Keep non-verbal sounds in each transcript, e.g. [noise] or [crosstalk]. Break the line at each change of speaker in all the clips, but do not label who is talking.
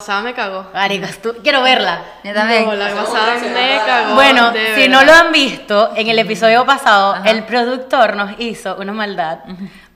pasada me cagó.
Maricos, tú- quiero verla. Yo también.
No, la pasada me cagó.
Bueno,
de
si no lo
verdad.
han visto, en el episodio pasado el productor nos hizo una maldad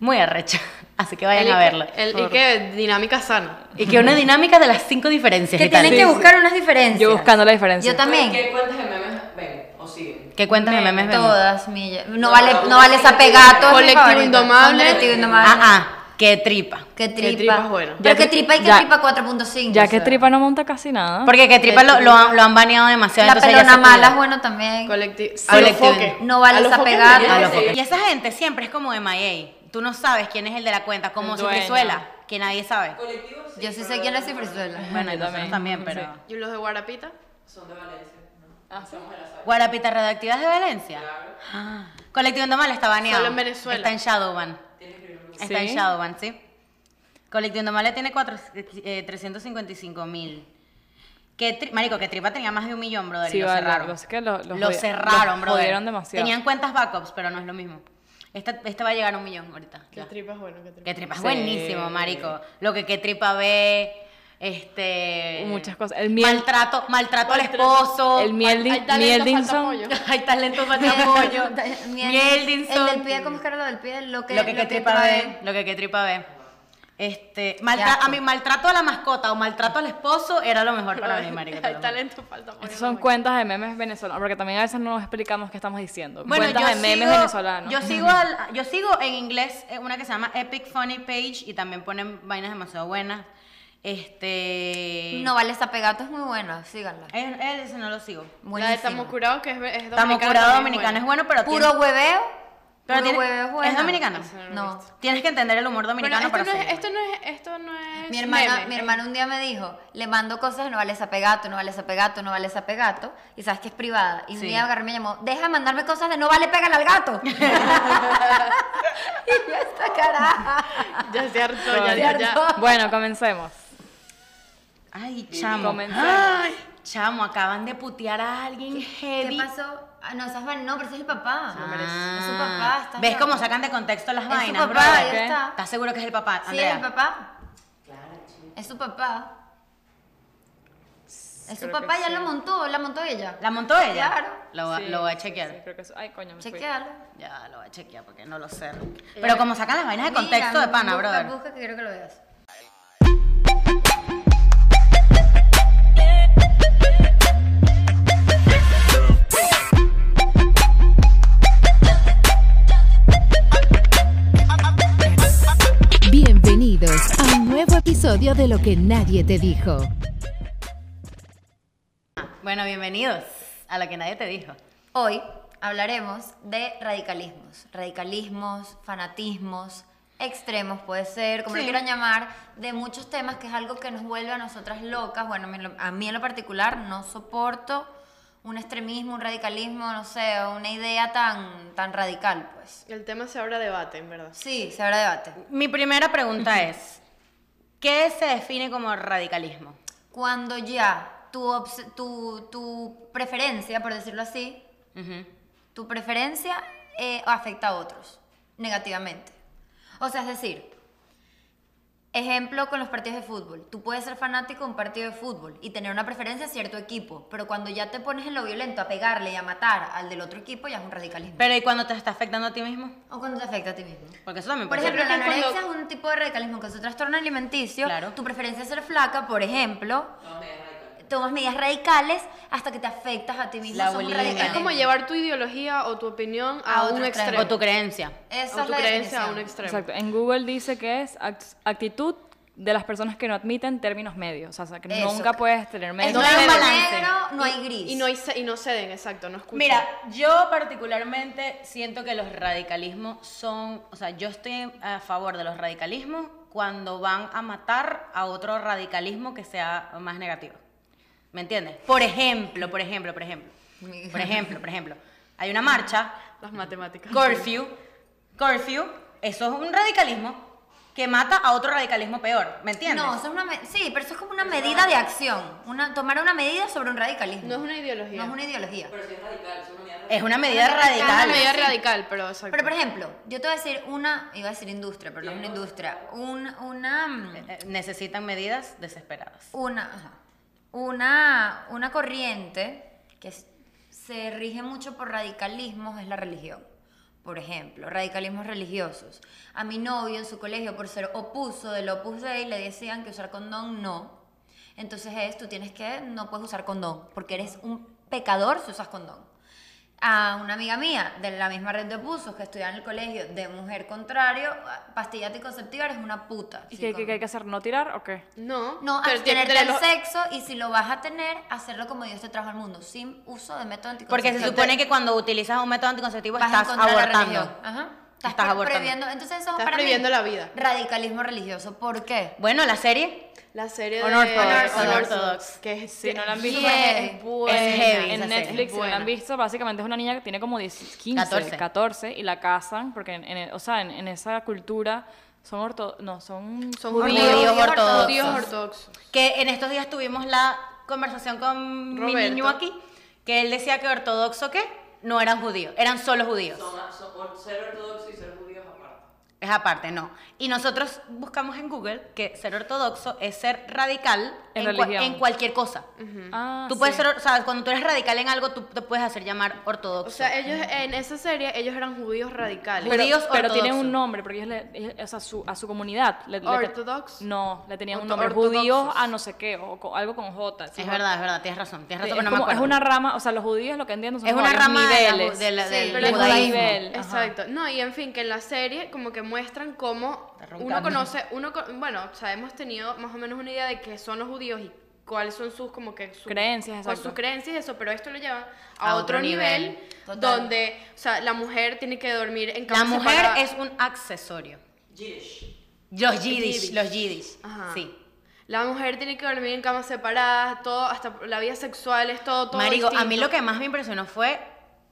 muy arrecha. [laughs] Así que vayan
El-
a verlo.
el- y que dinámica sana.
Y que una dinámica de las cinco diferencias.
Que
y tal.
tienen que buscar unas diferencias.
Yo buscando la diferencia.
Yo también.
¿Qué cuentas de memes ven o siguen?
¿Qué cuentas de memes ven?
Todas, milla. No vale, no vale esa pegato.
Colectivo Indomable.
Colectivo indomable.
Ah, ah, qué tripa.
Qué tripa.
tripa es bueno.
Pero
Ya
que
que-
tripa y que
ya-
tripa 4.5.
Ya
o
que
sea.
tripa no monta casi nada.
Porque que tripa lo, lo han, lo han baneado demasiado.
La
entonces ya
pelona
se cuida.
mala es bueno también.
Colectivo.
A los foques.
No vale
A los
esa
foques
pegada.
deberían
A los
de
foques.
seguir.
Y esa gente siempre es como MIA. Tú no sabes quién es el de la cuenta, como
El
su
dueño.
Brizuela, que nadie sabe.
Yo sí sé quién es Cifrizuela.
[laughs] Bueno,
Yo
y nosotros
también,
también, pero.
sí.
¿Y los de Guarapita?
Son de Valencia.
Guarapita Radioactivas de Valencia. Ah. Colectivo Indomable está baneado.
Solo en Venezuela.
Está en Shadowban. Está en
Sí.
Shadowban, sí. Colectivo Indomable tiene cuatro- eh, 355 mil. ¿Qué tri- Marico, que Tripa tenía más de un millón, brother.
Sí,
y lo
vale,
cerraron.
lo sé que lo- los
Lo
jodi-
cerraron,
los
brother.
jodieron demasiado.
Tenían cuentas backups, pero no es lo mismo. Esta, esta va a llegar a un millón ahorita.
¿Qué
ya.
tripa es bueno? ¿Qué tripa?
Que tripa es
Sí.
buenísimo, marico. Lo que que tripa ve, este...
Muchas cosas. El miel-
Maltrato, maltrato al esposo.
el miel,
Hay- hay talento, falta apoyo.
[laughs] Hay talento falta
[laughs]
apoyo. miel
El del pie, ¿cómo es que era lo del pie? Lo que,
Lo que que tripa ve, lo que que tripa ve. Este, maltra-
asco.
a mí maltrato a la mascota o maltrato al esposo era lo mejor para
[laughs]
mí, marico. te lo
Hay
juro.
talento, falta apoyo.
Esas son cuentas de memes venezolanos, porque también a veces no nos explicamos qué estamos diciendo.
Bueno,
cuentas
yo
de memes
sigo,
venezolanos.
Yo sigo, al- yo sigo en inglés eh, una que se llama Epic Funny Page y también ponen vainas demasiado buenas. Este.
No vale esa pegato, es muy buena. Síganla.
Eh, eh, ese no lo sigo.
La de
Buenísima.
Estamos Curados, que es, es dominicana.
Estamos curados
también
dominicano, es
buena.
bueno, pero.
Puro
tiene-
hueveo.
pero
Puro
tiene-
hueveo es buena.
¿Es dominicano?
No.
Tienes que entender el humor
Bueno,
dominicano
esto,
para
no es,
seguirlo.
esto no es, esto no es
Mi hermana,
meme,
mi
es-
hermana un día me dijo, le mando cosas, no vale esa pegato, no vale esa pegato, no vale esa pegato, y sabes que es privada. Y un
Sí.
día agarré y me llamó, deja de mandarme cosas de no vale pégale al gato.
[laughs]
[laughs] y yo esta caraja.
[laughs] Ya se hartó, ya,
Se
ya, ya.
hartó.
Bueno, comencemos.
Ay, chamo.
Comencemos.
Ay, chamo, acaban de putear a alguien heavy.
¿Qué pasó? Ah, no, esas van- no, pero ese es el papá.
Ah,
Es su papá. estás
¿Ves
loca.
cómo sacan de contexto las
Es su
vainas,
papá,
brother?
ya está.
¿Estás seguro que es el papá,
Sí, es
Andrea?
el papá. Es su papá. Es su papá, ya lo montó, la montó ella.
¿La montó ella?
Claro.
Lo, va-
Sí,
lo voy a
sí,
chequear.
sí, creo que eso- Ay, coño, me fui.
Chequealo.
Ya, lo voy a chequear porque no lo sé. Pero como sacan las vainas de contexto
Mira,
de pana,
busca,
brother.
Busca que quiero que lo veas.
Bienvenidos a un nuevo episodio de Lo que nadie te dijo.
Bueno, bienvenidos a lo que nadie te dijo.
Hoy hablaremos de radicalismos. Radicalismos, fanatismos, extremos puede ser, como lo
Sí.
quieran llamar, de muchos temas que es algo que nos vuelve a nosotras locas. Bueno, a mí en lo- a mí en lo particular no soporto un extremismo, un radicalismo, no sé, una idea tan, tan radical, pues.
El tema se ahora debate, en verdad.
Sí, se habrá debate.
Mi primera pregunta [laughs] es, ¿qué se define como radicalismo?
Cuando ya tu, obs- tu, tu preferencia, por decirlo así,
Ujú.
tu preferencia eh, afecta a otros negativamente. O sea, es decir, ejemplo con los partidos de fútbol. Tú puedes ser fanático de un partido de fútbol y tener una preferencia a cierto equipo, pero cuando ya te pones en lo violento a pegarle y a matar al del otro equipo, ya es un radicalismo.
Pero ¿y cuando te está afectando a ti mismo?
o cuando te afecta a ti mismo.
Porque eso también
Por
puede ser.
ejemplo, la
creo que
anorexia
cuando-
es un tipo de radicalismo que es un trastorno alimenticio.
Claro.
Tu preferencia es ser flaca, por ejemplo. Tomas medidas radicales hasta que te afectas a ti mismo.
La
Eso es un
bulimia.
Es
radicalismo.
como llevar tu ideología o tu opinión a,
A otro
un
extremo.
extremo.
O tu creencia.
Esa
o
es
tu
la
creencia a un
definición.
extremo.
Exacto. En Google dice que es act- actitud de las personas que no admiten términos medios. O sea, que
Eso.
nunca puedes tener medios.
No
No hay
hay
balance.
negro, no hay gris.
Y no, hay, ce- y no ceden, exacto, no escuchan.
Mira, yo particularmente siento que los radicalismos son, o sea, yo estoy a favor de los radicalismos cuando van a matar a otro radicalismo que sea más negativo. ¿Me entiendes? Por ejemplo, por ejemplo, por ejemplo. Por ejemplo, por ejemplo. Hay una marcha,
las matemáticas.
curfew, curfew, eso es un radicalismo. que mata a otro radicalismo peor, ¿me entiendes?
No, eso es una me- sí, pero eso es como una medida de acción. Una, tomar una medida sobre un radicalismo.
No es una ideología. Ah,
No es una ideología.
Pero si es radical, es una unidad radical.
es una medida
Es una
radical.
medida radical, pero exacto.
Pero, por ejemplo, yo te voy a decir una, iba a decir industria, pero no es una industria, un- una, mm,
Eh, Necesitan medidas desesperadas.
una, ajá, una, una corriente que es- se rige mucho por radicalismos es la religión. Por ejemplo, radicalismos religiosos. A mi novio en su colegio, por ser opuso del Opus Dei, le decían que usar condón no. Entonces es, tú tienes que, no puedes usar condón, porque eres un pecador si usas condón. a una amiga mía de la misma red de opusos que estudiaba en el colegio de mujer contrario, pastilla anticonceptiva eres una puta.
¿Y
Sí,
qué,
como-
qué- qué hay que hacer? ¿No tirar o qué?
No,
No,
pero tiene-
abstenerte
de
al
los-
sexo y si lo vas a tener, hacerlo como Dios te trajo al mundo, sin uso de método
Porque
anticonceptivo.
se supone que cuando utilizas un método anticonceptivo
vas
estás
en contra de la
abortando.
religión. Ajá. Estás,
Estás
pre-
abortando.
prohibiendo, entonces eso es
Estás
para mí
prohibiendo la vida.
Radicalismo religioso, ¿por qué?
Bueno, la serie
La serie de
Unorthodox.
Unorthodox, que es,
Si no la han visto,
Yeah.
es buena.
Es heavy.
En
esa
Netflix, si no la
Buena.
han visto, básicamente es una niña que tiene como 10, 15,
14.
14, y la casan, porque en, en- o sea, en, en esa cultura son orto, no, son,
Son
judíos.
judíos
ortodoxos.
Judíos ortodoxos.
que en estos días tuvimos la conversación con mi
Roberto.
niño aquí, que él decía que ortodoxo que no eran judíos, eran solo judíos.
Son, son, Ah, ser ortodoxo y ser judíos aparte.
Es aparte, no. Y nosotros buscamos en Google que ser ortodoxo es ser radical
En
cua-
religión.
en cualquier cosa.
Ah,
tú puedes
sí.
ser, or- o sea, cuando tú eres radical en algo, tú te puedes hacer llamar ortodoxo.
O sea, ellos en esa serie ellos eran judíos radicales.
pero,
judíos
pero tienen
ortodoxos.
un nombre, porque ellos, le- ellos- o sea, su- a su comunidad. Le, le-
Ortodox.
no, le tenían un
Orto-
nombre. Judíos
ortodoxos.
a no sé qué, o co- algo con J. sí,
es
J.
verdad, es verdad, tienes razón, tienes
Sí,
razón, pero
Es,
no me
como- es
acuerdo.
una rama, o sea, los judíos lo que entiendo son
Es
como
una
varios
rama de la ju-
niveles.
de la-
Sí,
del
pero es
judaísmo.
nivel. Ajá.
Exacto. No, y en fin, que en la serie como que muestran cómo
Está roncando.
uno conoce, uno co- bueno, o sea, hemos tenido más o menos una idea de qué son los judíos y cuáles son sus como que sus
Creencias,
cuáles
exacto.
sus creencias y eso, pero esto lo llevan a,
A
otro,
otro nivel.
nivel,
Total.
donde, o sea, la mujer tiene que dormir en cama
La mujer
separada.
es un accesorio.
Yiddish.
Los yiddish,
Yiddish.
los yiddish.
Ajá.
Sí.
La mujer tiene que dormir en camas separadas, todo, hasta la vida sexual es todo, todo
Marico, a mí
distinto.
lo que más me impresionó fue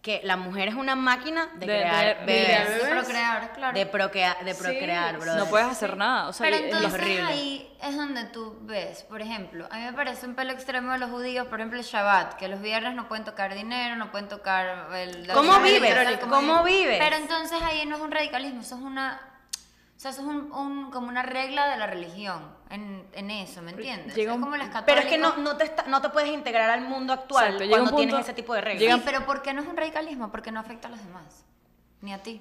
que la mujer es una máquina de,
De-
crear
de-
bebés,
de-
De procrear, claro.
de, procrear, de procrear, brother.
No puedes hacer nada. O sea,
Pero
y- y-
entonces
horrible.
ahí es donde tú ves, por ejemplo, a mí me parece un pelo extremo de los judíos, por ejemplo, el Shabbat, que los viernes no pueden tocar dinero, no pueden tocar el... la-
¿Cómo
la-
vives?
la- la-
¿Cómo vives?
Pero entonces ahí no es un radicalismo, eso es una... O sea, eso es un, un- como una regla de la religión en, en eso, ¿me entiendes?
llega
es
un-
como las
Pero es que no,
católicas.
no, te está- no te puedes integrar al mundo actual
Exacto, llega un
cuando tienes
punto-
ese tipo de reglas.
llega-
Sí, pero ¿por qué no es un radicalismo? Porque no afecta a los demás, ni a ti.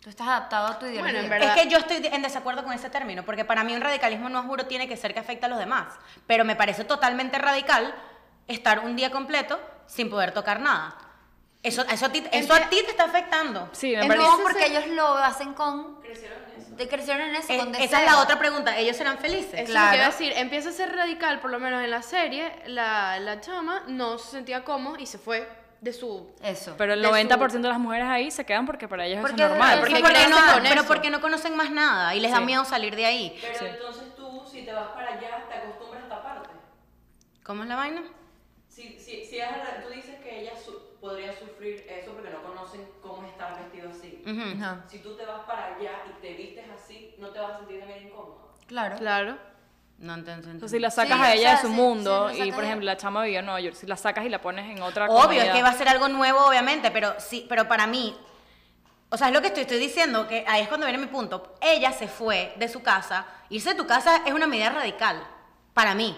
Tú estás adaptado a tu ideología.
en verdad-
Es que yo estoy en desacuerdo con ese término, porque para mí un radicalismo no juro tiene que ser que afecta a los demás, pero me parece totalmente radical estar un día completo sin poder tocar nada. Eso, eso, a, ti, eso a ti te está afectando.
sí, me
Eh,
parece.
no, porque ellos lo hacen con... de- Crecieron en eso.
Es-
con
Eh, esa es la
deseo.
otra pregunta. ¿Ellos serán felices?
Eso
Claro.
quiero decir, empieza a ser radical, por lo menos en la serie, la, la chama no se sentía cómoda y se fue de su...
Eso.
Pero el
de su-
90% de las mujeres ahí se quedan porque para ellas
Porque
eso es normal.
es-
porque-
Porque
porque
creen-
crecen con
pero
eso.
porque no conocen más nada y les da miedo salir de ahí.
Pero entonces tú, si te vas para allá, te acostumbras a esta parte.
¿Cómo es la vaina?
Si, si, si es verdad, tú dices que ella su- podría sufrir eso porque no conocen cómo estar vestido así.
Ujú.
Ajá,
Si tú te vas para allá y te vistes así, no te vas a sentir también incómodo.
Claro.
Claro.
No entiendo.
Entonces, si la sacas
Sí,
a
o
ella
sea,
de su
sí,
mundo
sí, la
y,
sacas
por
de-
ejemplo, la chama vivió en Nueva York, si la sacas y la pones en otra
Obvio, es
comunidad.
que va a ser algo nuevo, obviamente, pero sí, pero para mí, o sea, es lo que estoy, estoy diciendo, que ahí es cuando viene mi punto. Ella se fue de su casa, irse de tu casa es una medida radical, para mí,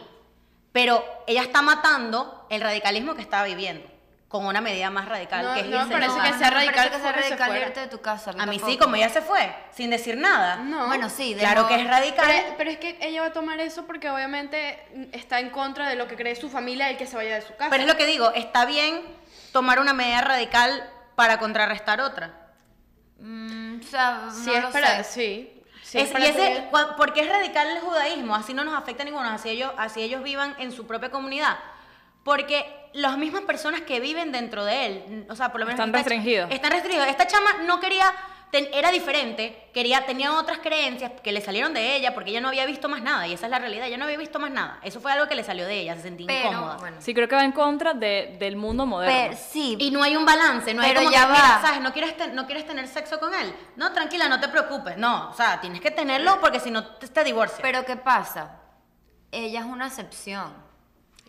pero ella está matando el radicalismo que estaba viviendo, con una medida más radical,
No,
que es
no me
irse de
parece
su
que
casa.
sea radical
que sea
fuera, se
radical
fuera.
irte de tu casa.
A mí sí,
tampoco.
como ella se fue, sin decir nada.
No.
Bueno, sí. de
Claro
no-
que es radical.
Pero, pero es que ella va a tomar eso porque obviamente mm, está en contra de lo que cree su familia, el que se vaya de su casa.
Pero es lo que digo, está bien tomar una medida radical para contrarrestar otra.
Mm, o sea,
Sí,
no
es
lo
para-
sé.
sí. sí,
Es-
es para
y ese-
tu-
cua- porque es radical el judaísmo, así no nos afecta a ninguno, así ellos, así ellos vivan en su propia comunidad. Porque las mismas personas que viven dentro de él, o sea, por lo menos...
Están
esta ch-
restringidos.
Están restringidos. Esta chama no quería ten- era diferente, quería, tenía otras creencias que le salieron de ella porque ella no había visto más nada y esa es la realidad, ella no había visto más nada. Eso fue algo que le salió de ella, se sentía
Pero,
incómoda.
bueno.
Sí, creo que va en contra de- del mundo moderno.
Pero, sí,
Y no hay un balance, no hay
Pero
como
ya
que, mira,
va.
¿sabes? No quieres, ten- no quieres tener sexo con él. No, tranquila, no te preocupes. No, o sea, tienes que tenerlo porque si no te, te divorcias.
pero ¿qué pasa? Ella es una excepción.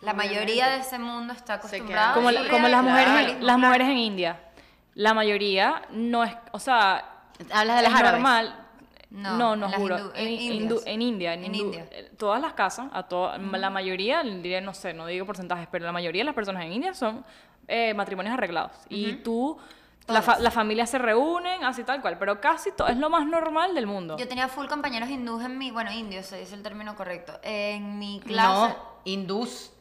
La mayoría de ese mundo está
Se queda
acostumbrada.
como,
sí,
la-
sí,
como las
claro.
mujeres en, las mujeres en India la mayoría no es o sea
Hablas de las
es
árabes.
normal
No,
no no,
en las
juro
hindú-
en,
en
hindú-
indias.
en India en,
En
hindú-
India.
eh, todas las casas a toda- la mayoría diría no sé no digo porcentajes pero la mayoría de las personas en India son eh, matrimonios arreglados y tú la fa- las familias se reúnen así tal cual pero casi todo es lo más normal del mundo
Yo tenía full compañeros hindúes en mi, bueno, indios, se dice el término correcto, en mi clase.
No, hindús.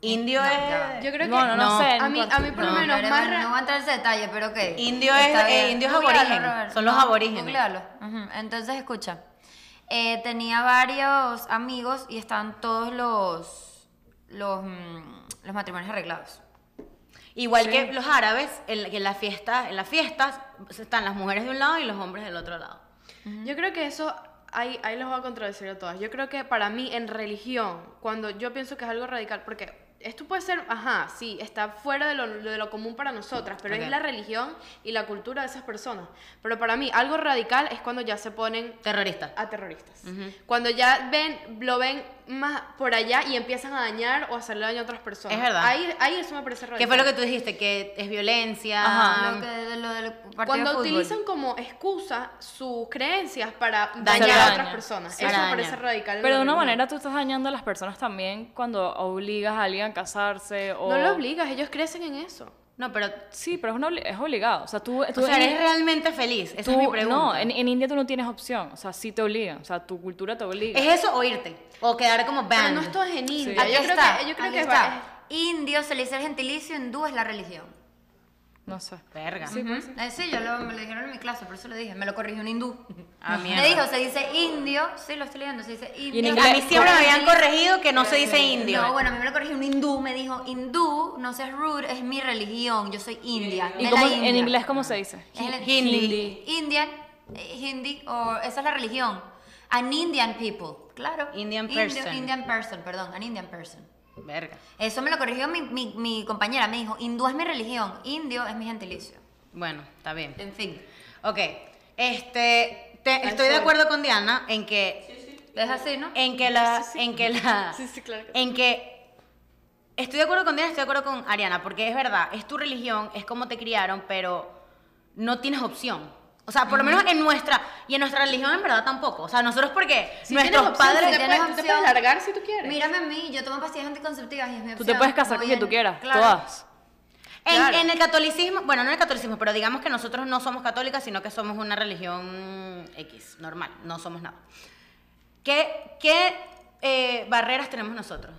Indio
No, ya va.
es...
Yo creo
No,
que
no, no sé,
a mí, a mí por lo
no,
menos
Pero
más
bueno,
ra-
no voy a entrar en ese detalle, pero ok.
Indio es-
Está bien.
eh, indio es
Googlealo,
aborigen,
Roberto.
son los aborigenes.
googlealo. Ujú. Entonces, escucha. eh, tenía varios amigos y están todos los, los, mm, los matrimonios arreglados.
Igual que los árabes, en, que en las fiestas, en las fiestas están las mujeres de un lado y los hombres del otro lado.
Yo creo que eso, ahí, ahí los voy a contradecir a todas. Yo creo que para mí, en religión, cuando yo pienso que es algo radical, porque esto puede ser, ajá, sí, está fuera de lo, de lo común para nosotras, pero
Ok.
es la religión y la cultura de esas personas. Pero para mí, algo radical es cuando ya se ponen
Terroristas.
a terroristas. Cuando ya ven, lo ven más por allá y empiezan a dañar o a hacerle daño a otras personas.
Es verdad.
Ahí, ahí eso me parece radical.
¿Qué fue lo que tú dijiste? Que es violencia.
Ajá.
lo que, de lo del partido
cuando
de fútbol.
utilizan como excusa sus creencias para
Dañar.
dañar a otras personas.
Sí.
Eso
Para
me parece
dañar.
radical. en
pero de
lo
una
religioso.
manera tú estás dañando a las personas también cuando obligas a alguien a casarse o
No lo
Oh.
obligas, ellos crecen en eso.
No, pero
Sí, pero es, una obli- es obligado. O sea, tú, tú
o sea,
en-
eres realmente feliz. Esa
tú-
es mi pregunta.
No, en, en India tú no tienes opción. O sea, sí te obligan. O sea, tu cultura te obliga.
¿Es eso o irte? O quedar como
Pero
band.
no esto es en India.
Aquí
Yo, creo
está,
que, yo creo
aquí
que
está.
va-
Indio se le dice el gentilicio, hindú es la religión.
No sé.
Verga.
Eh, sí, yo lo, me lo dijeron en mi clase, por eso lo dije. Me lo corrigió un hindú.
Ah, mierda.
Me dijo, se dice indio. Sí, lo estoy leyendo, se dice indio.
en
A
inglés-
mí siempre me habían
corregido
corregido que no se dice indio.
No, bueno, a mí me lo corrigió un hindú. Me dijo, hindú, no seas rude, es mi religión. Yo soy india.
¿Y
de
cómo-
la India.
en inglés cómo se dice?
Es el-
Hindi.
Indian, eh, hindi, o esa es la religión. An Indian people, claro.
Indian
Indio-
person.
Indian person, perdón, an Indian person.
Verga.
Eso me lo corrigió mi, mi, mi compañera. Me dijo, hindú es mi religión, indio es mi gentilicio.
Bueno, está bien.
En fin,
Ok. Este, te- estoy de acuerdo con Diana en que
es así,
Eh,
¿no?
en que la en que la
Sí, sí, claro que sí.
en que estoy de acuerdo con Diana estoy de acuerdo con Ariana porque es verdad es tu religión es como te criaron pero no tienes opción o sea por lo menos en nuestra y en nuestra religión en verdad tampoco o sea nosotros porque
Si tienes
nuestros
opción,
padres
tú te,
tienes
puedes, tú te
opción.
puedes largar si tú quieres.
Mírame a mí, yo tomo pastillas anticonceptivas y es mi
Tú
opción.
te puedes
Voy
casar con quien
en-
tú quieras.
Claro.
Todas.
En,
Claro.
en el catolicismo, bueno, no en el catolicismo, pero digamos que nosotros no somos católicas, sino que somos una religión X, normal, no somos nada. ¿Qué, qué eh, barreras tenemos nosotros?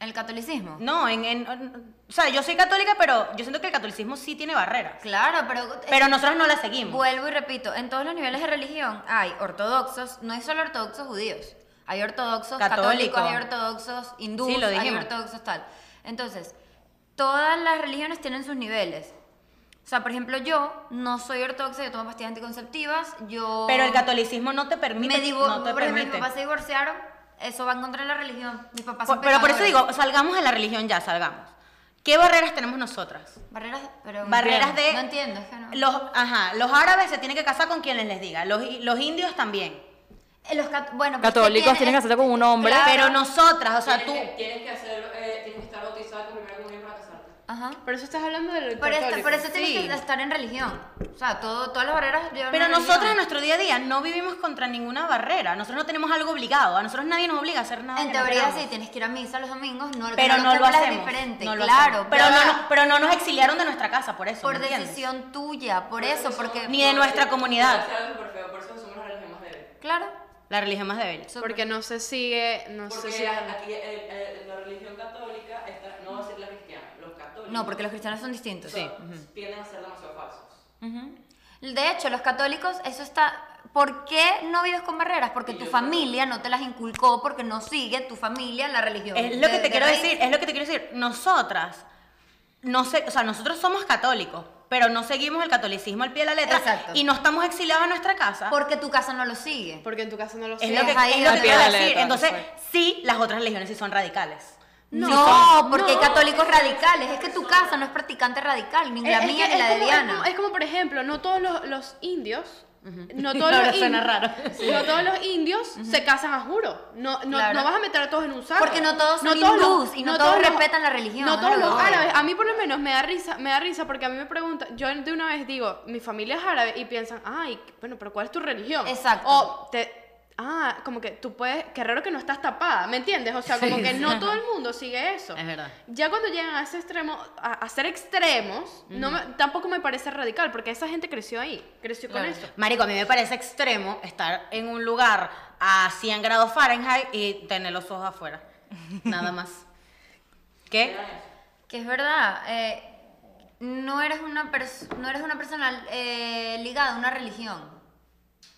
¿El catolicismo?
No, en, en- o sea, yo soy católica, pero yo siento que el catolicismo sí tiene barreras,
Claro, pero...
pero nosotros no las seguimos.
Vuelvo y repito, en todos los niveles de religión hay ortodoxos, no hay solo ortodoxos judíos, hay ortodoxos
Católico.
católicos, hay ortodoxos hindúes,
Sí, lo
hay
dijimos.
ortodoxos tal. Entonces, todas las religiones tienen sus niveles. O sea, por ejemplo, yo no soy ortodoxa, yo tomo pastillas anticonceptivas, yo...
Pero el catolicismo no te permite.
me divo-
no te
por ejemplo, mis
permite.
papás se divorciaron, eso va en contra de la religión. Mis papás son
Por- pero por eso
pecadores.
digo, salgamos de la religión ya, salgamos. ¿Qué barreras tenemos nosotras?
Barreras, pero
Barreras de.
No entiendo, es que no.
Los, ajá, los árabes se tienen que casar con quienes les diga. Los, los indios también.
Eh, Los cat- bueno, pero es que
Católicos tienen que hacerse con un hombre.
Claro.
Pero nosotras, o sea,
tienes
tú.
Que, tienes que hacer, eh, tienes que estar bautizada con primera comunión para casarte.
Ajá.
Por eso estás hablando del
Por eso,
católico.
por eso tienes
sí.
este que estar en religión. O sea, todo, todas las barreras llevan
Pero
a
nosotros en
religión.
nuestro día a día no vivimos contra ninguna barrera. Nosotros no tenemos algo obligado. A nosotros nadie nos obliga a hacer nada.
En
que no
teoría
queramos.
sí, tienes que ir a misa los domingos, no,
Pero no lo
cumplas
hacemos.
diferente,
no lo
claro.
hacemos. Pero,
ya
no,
va.
nos- pero no nos exiliaron de nuestra casa por eso.
por
¿me entiendes?
decisión tuya, por eso, porque
Ni de nuestra comunidad.
Es algo súper feo, por eso somos la religión más débil.
claro,
La religión más débil.
Porque no se sigue, no se
Porque
sigue.
aquí eh, eh, la religión católica está, no va a ser la cristiana, los católicos.
no, porque los cristianos son distintos.
son- tienden a ser demasiado falsos.
De hecho, los católicos, eso está. ¿Por qué no vives con barreras? Porque tu familia no te las inculcó, porque no sigue tu familia la religión.
Es lo
de-
que te
de
quiero
raíz.
decir, es lo que te quiero decir. Nosotras, no sé, o sea, nosotros somos católicos, pero no seguimos el catolicismo al pie de la letra
Exacto.
y no estamos exiliados en nuestra casa.
Porque tu casa no lo sigue.
Porque en tu casa no lo
es
sé.
lo que,
es ahí
es
al
lo que
pie
quiero
de la
decir.
letra,
Entonces,
exacto.
sí, las otras religiones sí son radicales.
No, porque hay
no.
católicos radicales. Es que tu casa no es practicante radical, ni la
Es- es
mía
que es
ni la de
como-
Diana.
Es como, es como, por ejemplo, no todos los, los indios. No
[laughs]
todos,
Ahora
los
suena
in-
raro.
[laughs] no todos los indios se casan a juro. No, no,
Claro.
no vas a meter a todos en un saco.
Porque no todos son hindús y no todos respetan la religión,
No
es
todos
lo que
los
voy.
árabes. A mí por lo menos me da risa, me da risa porque a mí me preguntan, yo de una vez digo, mi familia es árabe y piensan, ay, bueno, pero ¿cuál es tu religión?
Exacto.
O te Ah, como que tú puedes, qué raro que no estás tapada, ¿me entiendes? O sea, como que no
[laughs]
todo el mundo sigue eso.
Es verdad.
Ya cuando llegan a ese extremo, a, a ser extremos, no me- tampoco me parece radical, porque esa gente creció ahí, creció con eso.
Marico, a mí me parece extremo estar en un lugar a 100 grados Fahrenheit y tener los ojos
[laughs]
afuera. Nada más. ¿Qué?
Que es verdad, eh, no, eres una pers- no eres una persona eh, ligada a una religión.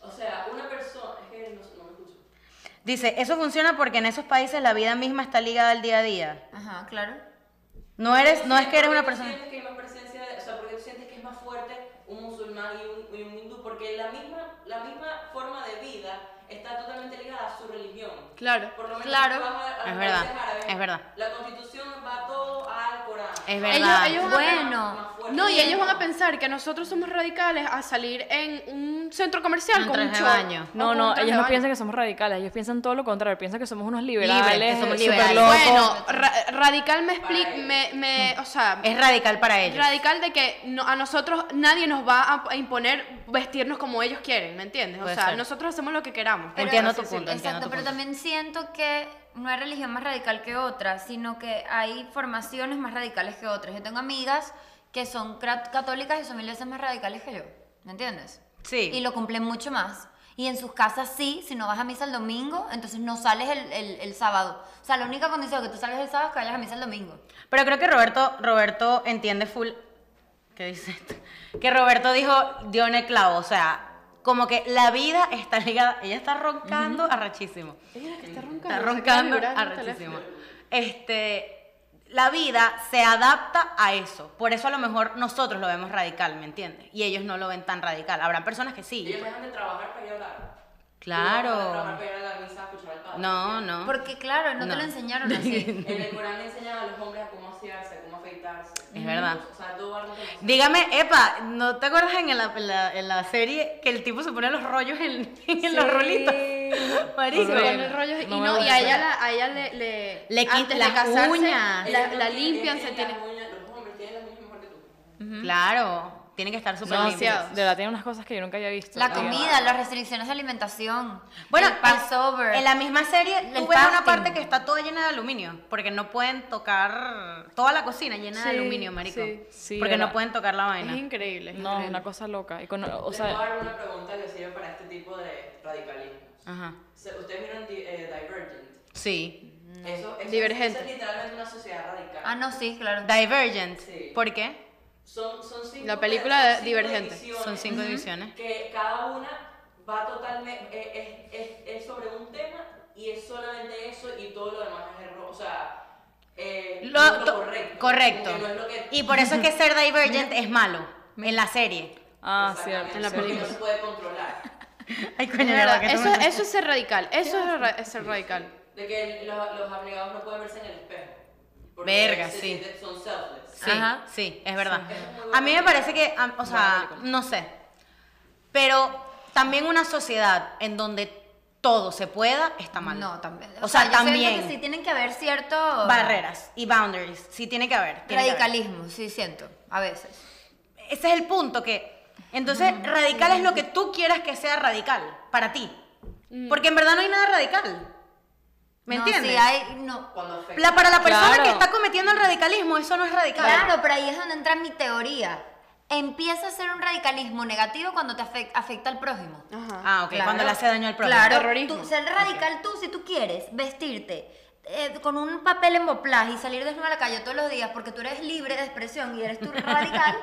O sea, una persona. Es que no, no me escucho.
Dice, eso funciona porque en esos países la vida misma está ligada al día a día.
Ajá, claro.
No eres, no es que eres
¿Por qué
una
tú
persona.
sientes que hay más presencia, de- o sea, porque tú sientes que es más fuerte un musulmán y un, y un hindú, porque la misma, la misma forma de vida está totalmente ligada a su religión.
Claro.
Por lo menos
Claro.
si tú vas a- a
Es
los
verdad,
países árabes,
es verdad.
La constitución va todo al Corán.
Es
Ellos-
verdad.
ellos-
Bueno,
No, y ellos van a pensar que nosotros somos radicales a salir en un centro comercial
Un
con un
traje de
short
baño.
o
No,
con un
no,
traje
ellos
de
no
baño.
piensan que somos radicales, ellos piensan todo lo contrario, piensan que somos unos
que
liberales,
somos
súper
liberales.
locos.
Bueno, ra- radical me explica,
Para
me, me, o sea,
Es radical para ellos.
radical de que no- a nosotros nadie nos va a- a imponer vestirnos como ellos quieren, ¿me entiendes? O
Puede
sea,
ser.
nosotros hacemos lo que queramos.
Pero- Entiendo tu
Sí, sí,
punto, entiendo
Exacto,
tu
pero
punto.
también siento que no hay religión más radical que otra, sino que hay formaciones más radicales que otras. Yo tengo amigas que son cra- católicas y son mil veces más radicales que yo, ¿me entiendes?
Sí.
Y lo cumplen mucho más. Y en sus casas sí, si no vas a misa el domingo, entonces no sales el, el- el sábado. O sea, la única condición que tú sales el sábado es que vayas a misa el domingo.
Pero creo que Roberto, Roberto entiende full. ¿Qué dice esto? Que Roberto dijo, dio en el clavo. O sea, como que la vida está ligada. Ella está roncando arrachísimo.
Ella es la que está roncando.
Está
se acaba de
roncando
vibrar el
arrechísimo.
teléfono.
Este. La vida se adapta a eso. Por eso a lo mejor nosotros lo vemos radical, ¿me entiendes? Y ellos no lo ven tan radical. Habrán personas que sí.
Ellos dejan de trabajar para ir a hablar.
Claro. No, no.
Porque claro, no,
No.
te lo enseñaron así.
[laughs]
En el Corán le enseñan a los hombres a cómo asearse, a cómo afeitarse.
Es verdad.
O sea, todo va a reconocer.
Dígame, epa, ¿no te acuerdas en la, en la- en la serie que el tipo se pone los rollos en, [laughs] en los rolitos? Marico.
Se pone el rollo y,
No me
no, y
gusta.
a ella, la- a ella le, le,
Le quit-
antes
las
de casarse,
uñas.
La,
Ellos no
la
tienen-
limpian,
ellos
se
tienen
tienen...
las uñas- Los hombres tienen las uñas mejor que tú.
Claro, tiene que estar súper
Demasiado.
limpios.
De verdad, tienen unas cosas que yo nunca había visto.
La
Oigan.
comida, las restricciones de alimentación.
Bueno,
el Passover.
En la misma serie,
El
tú ves una
fasting.
parte que está toda llena de aluminio, porque no pueden tocar toda la cocina llena de
Sí,
aluminio, marico.
sí.
Sí,
porque
¿verdad?
no pueden tocar la
Es
vaina.
increíble. es
No,
increíble.
una cosa loca. Y con- o
Les voy a
sea,
dar una pregunta que sirve para este tipo de radicalismo.
Ajá.
Se- Ustedes vieron Di- eh, Divergent.
Sí.
Eso, eso-
Divergente.
eso es literalmente una sociedad radical.
Ah, no, sí, claro.
Divergent.
Sí.
¿Por qué?
Son, son cinco
La película de
son cinco
Divergente.
divisiones
Son cinco divisiones.
Que cada una va totalmente. eh, Es, es- es sobre un tema y es solamente eso y todo lo demás es error. O sea. Eh,
Lo-
no es
to-
correcto.
correcto.
Como que no es lo que-
Y por eso es que ser divergent es malo en la serie.
ah,
Exactamente,
cierto.
En la
porque
película.
No se puede controlar.
Ay,
Es
coño, de
verdad,
verdad que
Eso,
tengo-
eso es ser radical. Eso es, ra- es ser radical.
De que el- los, los abnegados no pueden verse en el espejo. Porque
Verga,
se
sí.
sienten- Son selfless.
Sí,
Ajá.
sí, es verdad.
Sí. Es muy
A
buena
mí me
película.
parece que, am- o sea, no sé. Pero también una sociedad en donde todo se pueda está mal.
No, también.
O sea,
yo siento
también.
que sí tienen que haber cierto.
Barreras y boundaries, sí tiene que haber. tiene que haber.
Radicalismo, sí, siento. A veces.
Ese es el punto que. Entonces, radical es lo que tú quieras que sea radical para ti. Porque en verdad no hay nada radical. ¿Me
Mm. No,
entiendes?
Sí, hay. No.
Cuando afecta.
La- para la persona
Claro.
que está cometiendo el radicalismo, eso no es radical.
Claro, pero ahí es donde entra mi teoría. Empieza a ser un radicalismo negativo cuando te afec- afecta al prójimo.
Ajá.
Ah, ok,
Claro.
cuando le hace daño al prójimo.
Claro,
Terrorismo.
tú- ser radical tú, si tú quieres vestirte eh, con un papel en moplaje y salir desnuda a la calle todos los días porque tú eres libre de expresión y eres tú radical,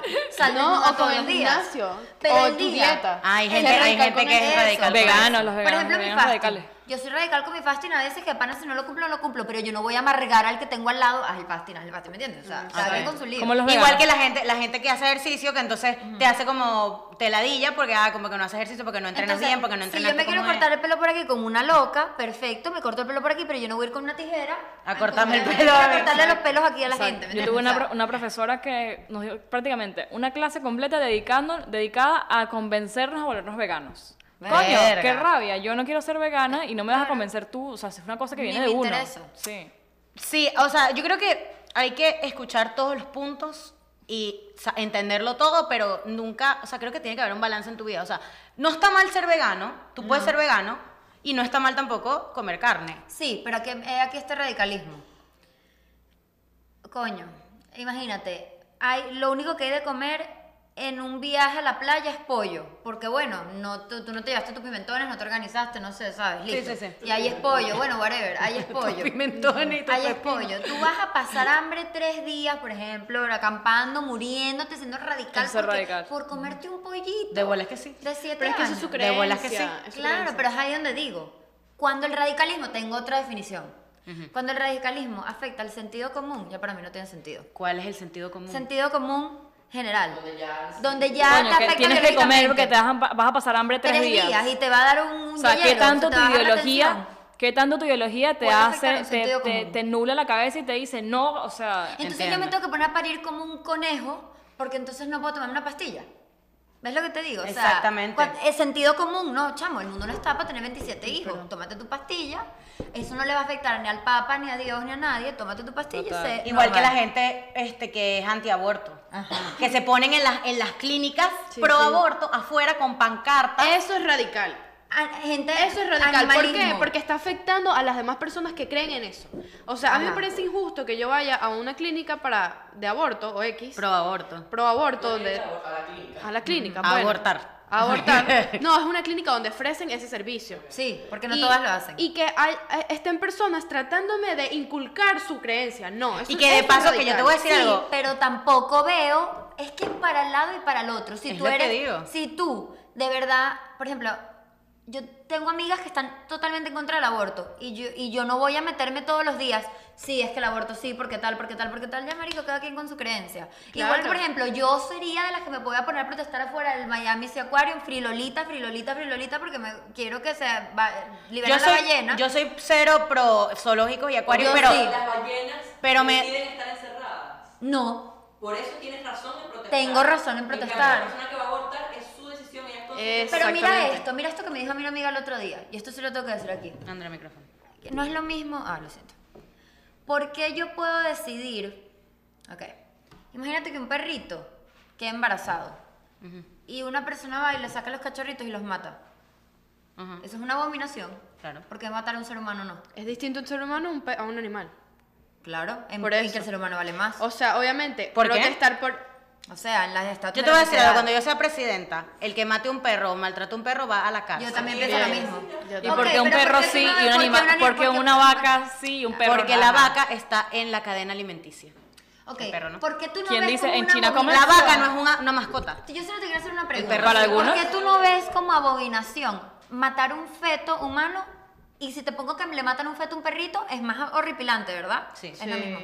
[laughs]
sal
No,
desnuda
o
todos
con
los
el
días.
gimnasio,
Pero
o
el
tu
día-
dieta.
Hay
Es
gente, hay
radical
gente
con
que es
eso.
radical. por
Veganos,
eso.
los
Por
veganos,
ejemplo,
los
mi
veganos
fasting.
radicales.
Yo soy radical con mi fasting a veces que pana si no lo cumplo, no lo cumplo, pero yo no voy a amargar al que tengo al lado, haz el fasting, haz el fasting, ¿me entiendes? O sea,
Mm.
cada quien con su lío.
Como los
Igual
veganos.
que la gente, la gente que hace ejercicio, que entonces te hace como teladilla porque ah, como que no hace ejercicio, porque no entrenas
Entonces,
bien, porque no entrenas
Si yo me
tú
quiero
como
cortar
es.
el pelo por aquí como una loca, perfecto, me corto el pelo por aquí, pero yo no voy a ir con una tijera
A cortarme el
cortarme-
pelo a
A
mí.
cortarle los pelos aquí a la gente. ¿me
Yo
entiendes?
tuve una,
O sea,
pro- una profesora que nos dio prácticamente una clase completa dedicando, dedicada a convencernos a volvernos veganos. Ah, Coño,
Verga.
qué rabia. Yo no quiero ser vegana y no me vas a convencer tú. O sea, es una cosa que
Ni me
viene de uno.
interesa.
Sí.
Sí, o sea, yo creo que hay que escuchar todos los puntos y sa- entenderlo todo, pero nunca, o sea, creo que tiene que haber un balance en tu vida. O sea, no está mal ser vegano, tú puedes ser vegano y no está mal tampoco comer carne. [laughs]
Sí, pero aquí, eh, aquí este radicalismo. Coño, imagínate, hay, lo único que hay de comer en un viaje a la playa es pollo, porque bueno, no, tú, tú no te llevaste tus pimentones, no te organizaste, no sé, ¿sabes? Listo.
sí, sí.
Y ahí es pollo, bueno, whatever,
[laughs]
ahí es pollo.
Pimentones y tu
Ahí es
pepino.
pollo. Tú vas a pasar hambre tres días, por ejemplo, acampando, muriéndote, siendo radical,
Eso es
porque-
radical.
por comerte un pollito.
De bolas que sí.
De siete
Pero es que eso es
años.
su
De bolas que sí.
creencia. es su
Claro,
creencia.
pero es ahí donde digo, cuando el radicalismo, tengo otra definición, cuando el radicalismo afecta al sentido común, ya para mí no tiene sentido.
¿Cuál es el sentido común?
Sentido común general,
Donde ya-
donde ya
Mm. Coño,
te
que
afecta
tienes que comer
biológicamente.
porque te vas a, vas a pasar hambre tres,
tres días. y te va a dar un, un
O sea, ¿qué
yeyero,
tanto
te
tu
va a bajar la
ideología,
tensión.
qué tanto tu ideología te
Puede afectar
hace,
el
te,
sentido
te-
común.
te nubla la cabeza y te dice, no, o sea,
Entonces yo
Entiendo.
me tengo que poner a parir como un conejo porque entonces no puedo tomar una pastilla. ¿Ves lo que te digo? O sea,
Exactamente.
cuan- el sentido común, no, chamo, el mundo no está para tener 27 hijos. Tómate tu pastilla. Eso no le va a afectar ni al Papa, ni a Dios, ni a nadie. Tómate tu pastilla. y sé
Igual que la
normal.
gente este, que es antiaborto. Que se ponen en las, en las clínicas
Sí,
pro aborto afuera con pancartas.
Eso es radical.
Ah, gente.
Eso es radical. ¿Por qué?
animalismo.
Porque está afectando a las demás personas que creen en eso. O sea, a mí me parece injusto que yo vaya a una clínica para de aborto o X.
Pro aborto.
pro aborto donde
A la clínica.
a la clínica
Ah,
A
bueno.
abortar.
A
[laughs]
abortar no es una clínica donde ofrecen ese servicio
Sí, porque no
Y-
todas lo hacen.
y que hay- eh, estén personas tratándome de inculcar su creencia no eso-
Y que de
eso es
paso, que yo
radical.
te voy a decir
Sí,
algo.
pero tampoco veo, es que es para el lado y para el otro. Si
Es
tú
lo que
eres,
digo.
si tú de verdad, por ejemplo, yo tengo amigas que están totalmente en contra del aborto y yo, y yo no voy a meterme todos los días, sí, es que el aborto sí, porque tal, porque tal, porque tal, ya marico, cada quien con su creencia. Igual que,
Claro.
por ejemplo, yo sería de las que me podía poner a protestar afuera del Miami Sea Aquarium, frilolita, frilolita, frilolita, porque me quiero que se va, libera
Yo
la
soy,
ballena.
yo soy cero pro zoológicos y acuarios,
Yo
pero
sí.
Las ballenas
Pero me-
deciden estar encerradas.
no,
Por eso tienes razón en protestar.
Tengo razón en
cambio,
protestar.
La persona que va a abortar es su decisión, ella es con su
Es-
decisión.
Pero mira
Exactamente.
esto, mira esto que me dijo a mi amiga el otro día, y esto se lo tengo que decir aquí.
Andrea, micrófono.
que no es lo mismo. Ah, lo siento. Porque yo puedo decidir. Ok. Imagínate que un perrito queda embarazado y una persona va y le saca los cachorritos y los mata.
Ajá.
Eso es una abominación.
Claro.
Porque matar a un ser humano no.
es distinto un ser humano a un pe- a un animal
Claro. En,
Por
y
eso.
que el ser humano vale más.
o
O,
sea obviamente
¿Por qué?
protestar por
sea, en las estatuas.
Yo
de
te voy a
la
decir algo,
sociedad,
cuando yo sea presidenta, el que mate a un perro o maltrate a un perro va a la cárcel.
Yo también pienso lo mismo.
¿y
Ok,
por qué un
pero
perro
¿por qué
sí
una-
y un
por qué
animal?
una-
¿Por qué
por qué
una
un-
vaca sí y un perro
Porque
no?
la
Ajá.
vaca está en la cadena alimenticia.
Ok,
El perro no.
¿por qué tú no
¿Quién
ves
dice
como
en
una
China comen?
La
abominación?
vaca no es una, una mascota.
Yo solo te quiero hacer una pregunta.
perro. Para algunos.
¿Por qué tú no ves como abominación matar un feto humano? Y si te pongo que le matan un feto a un perrito, es más horripilante, ¿verdad?
Sí.
Es lo
Sí.
mismo.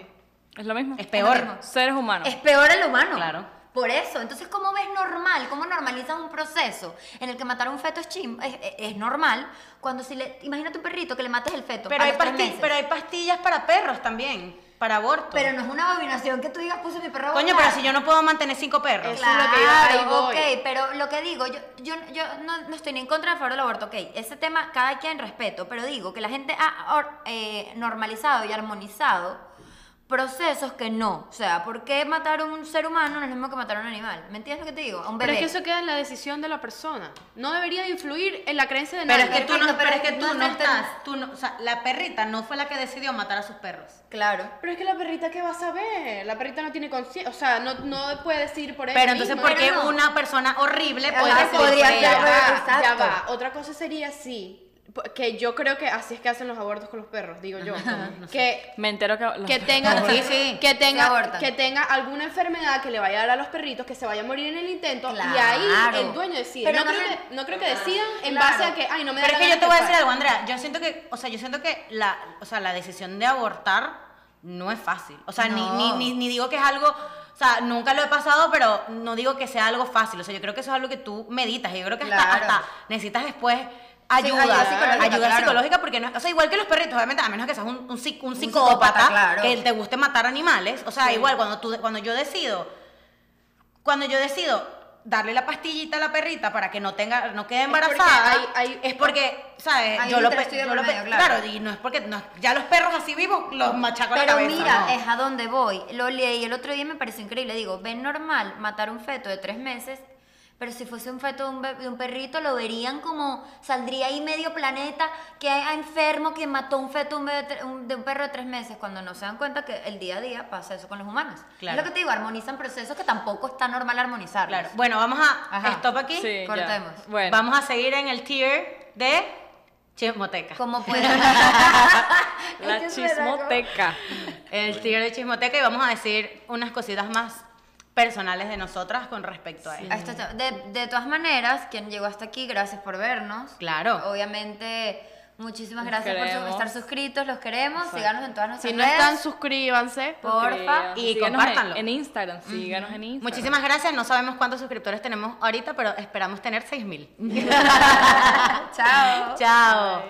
Es lo mismo.
Es
Es lo
peor.
mismo.
Seres humanos.
Es peor el humano.
Claro.
Por eso. Entonces, ¿cómo ves normal? ¿Cómo normalizas un proceso en el que matar a un feto es, chim- es, es- es normal? Cuando si le. Imagínate un perrito que le mates el feto.
Pero
a
hay,
los tres
pasti-
meses.
pero hay pastillas para perros también, para aborto.
Pero no es una abominación que tú digas, puse mi perro a
Coño,
volar".
pero si yo no puedo mantener cinco perros.
Eso es lo que yo- ahí
Claro,
voy.
ok, pero lo que digo, yo, yo, yo no, no estoy ni en contra a favor del aborto, ok, ese tema cada quien respeto, pero digo que la gente ha or- eh, normalizado y armonizado procesos que no, o sea, ¿por qué matar a un ser humano no es lo mismo que matar a un animal? ¿Me entiendes lo que te digo? A un
pero
bebé.
es que eso queda en la decisión de la persona no debería de influir en la creencia de
Pero
nadie
es que tú
Perfecto,
no, pero es que tú
pero
no,
no estás-
estás. Tú no, o sea, la perrita no fue la que decidió matar a sus perros.
Claro.
Pero es que la perrita, ¿qué va a saber? La perrita no tiene conciencia, o sea, no, no puede decir por ella
Pero entonces,
misma.
¿por qué
Pero no.
una persona horrible
Ajá,
puede decidir por
podría
Ya
ser,
ella?
va,
Exacto.
ya va. Otra cosa sería si que yo creo que así es que hacen los abortos con los perros, digo yo. [laughs] que
Me entero que... las-
que tenga,
Sí, sí,
que
se
tenga,
abortan.
que tenga alguna enfermedad que le vaya a dar a los perritos, que se vaya a morir en el intento y
Claro.
ahí el dueño decide.
Pero
no,
no
creo
me-
que, no creo que decidan en
Claro.
base a que, ay, no me da
Pero
la
es que yo
gana
te voy a
que
decir
pare".
algo, Andrea. Yo siento que, o sea, yo siento que la, o sea, la decisión de abortar no es fácil. O sea, ni,
No.
ni, ni, ni digo que es algo, o sea, nunca lo he pasado, pero no digo que sea algo fácil. O sea, yo creo que eso es algo que tú meditas. Y yo creo que hasta,
Claro.
hasta necesitas después ayuda,
ayuda psicológica,
ayuda
claro.
psicológica, porque no, o sea, igual que los perritos, obviamente, a menos que seas un, un, psic- un psicópata,
psicópata, claro.
que te guste matar animales. O sea, igual cuando tú, cuando yo decido cuando yo decido darle la pastillita a la perrita para que no tenga no quede
porque
embarazada
hay- hay-
es porque sabes
Hay
yo
un
lo, pe-
interés de
yo lo pe-
por medio,
claro.
claro.
y no es porque no- ya los perros así vivos los machaco a la
Pero
cabeza
mira,
¿no?
es a dónde voy. Lo leí el otro día y me pareció increíble. Digo, ven normal matar un feto de tres meses, pero si fuese un feto de un, be- de un perrito, lo verían como saldría ahí medio planeta que hay enfermo que mató un feto de un, bebé de tre- un- de un perro de tres meses, cuando no se dan cuenta que el día a día pasa eso con los humanos.
Claro.
Es lo que te digo, armonizan procesos que tampoco está normal armonizarlos.
claro bueno vamos a
Ajá.
stop aquí
Sí, ya.
cortemos.
Bueno.
vamos a seguir en el tier de chismoteca
Como
[laughs]
pueden. [laughs]
La
Es que es verdad, como-
chismoteca.
el tier de chismoteca y vamos a decir unas cositas más personales de nosotras con respecto a eso
A esto está- de, de todas maneras, quien llegó hasta aquí, gracias por vernos.
Claro.
Oh, Obviamente, muchísimas
Los
gracias por
queremos.
su- estar suscritos, los queremos. Síganos en todas nuestras
Si no
redes.
están, suscríbanse.
porfa.
y
Síganos en-
compártanlo.
En, Instagram, síganos en Instagram.
Muchísimas gracias, no sabemos cuántos suscriptores tenemos ahorita, pero esperamos tener 6000.
[laughs] Chao.
Chao.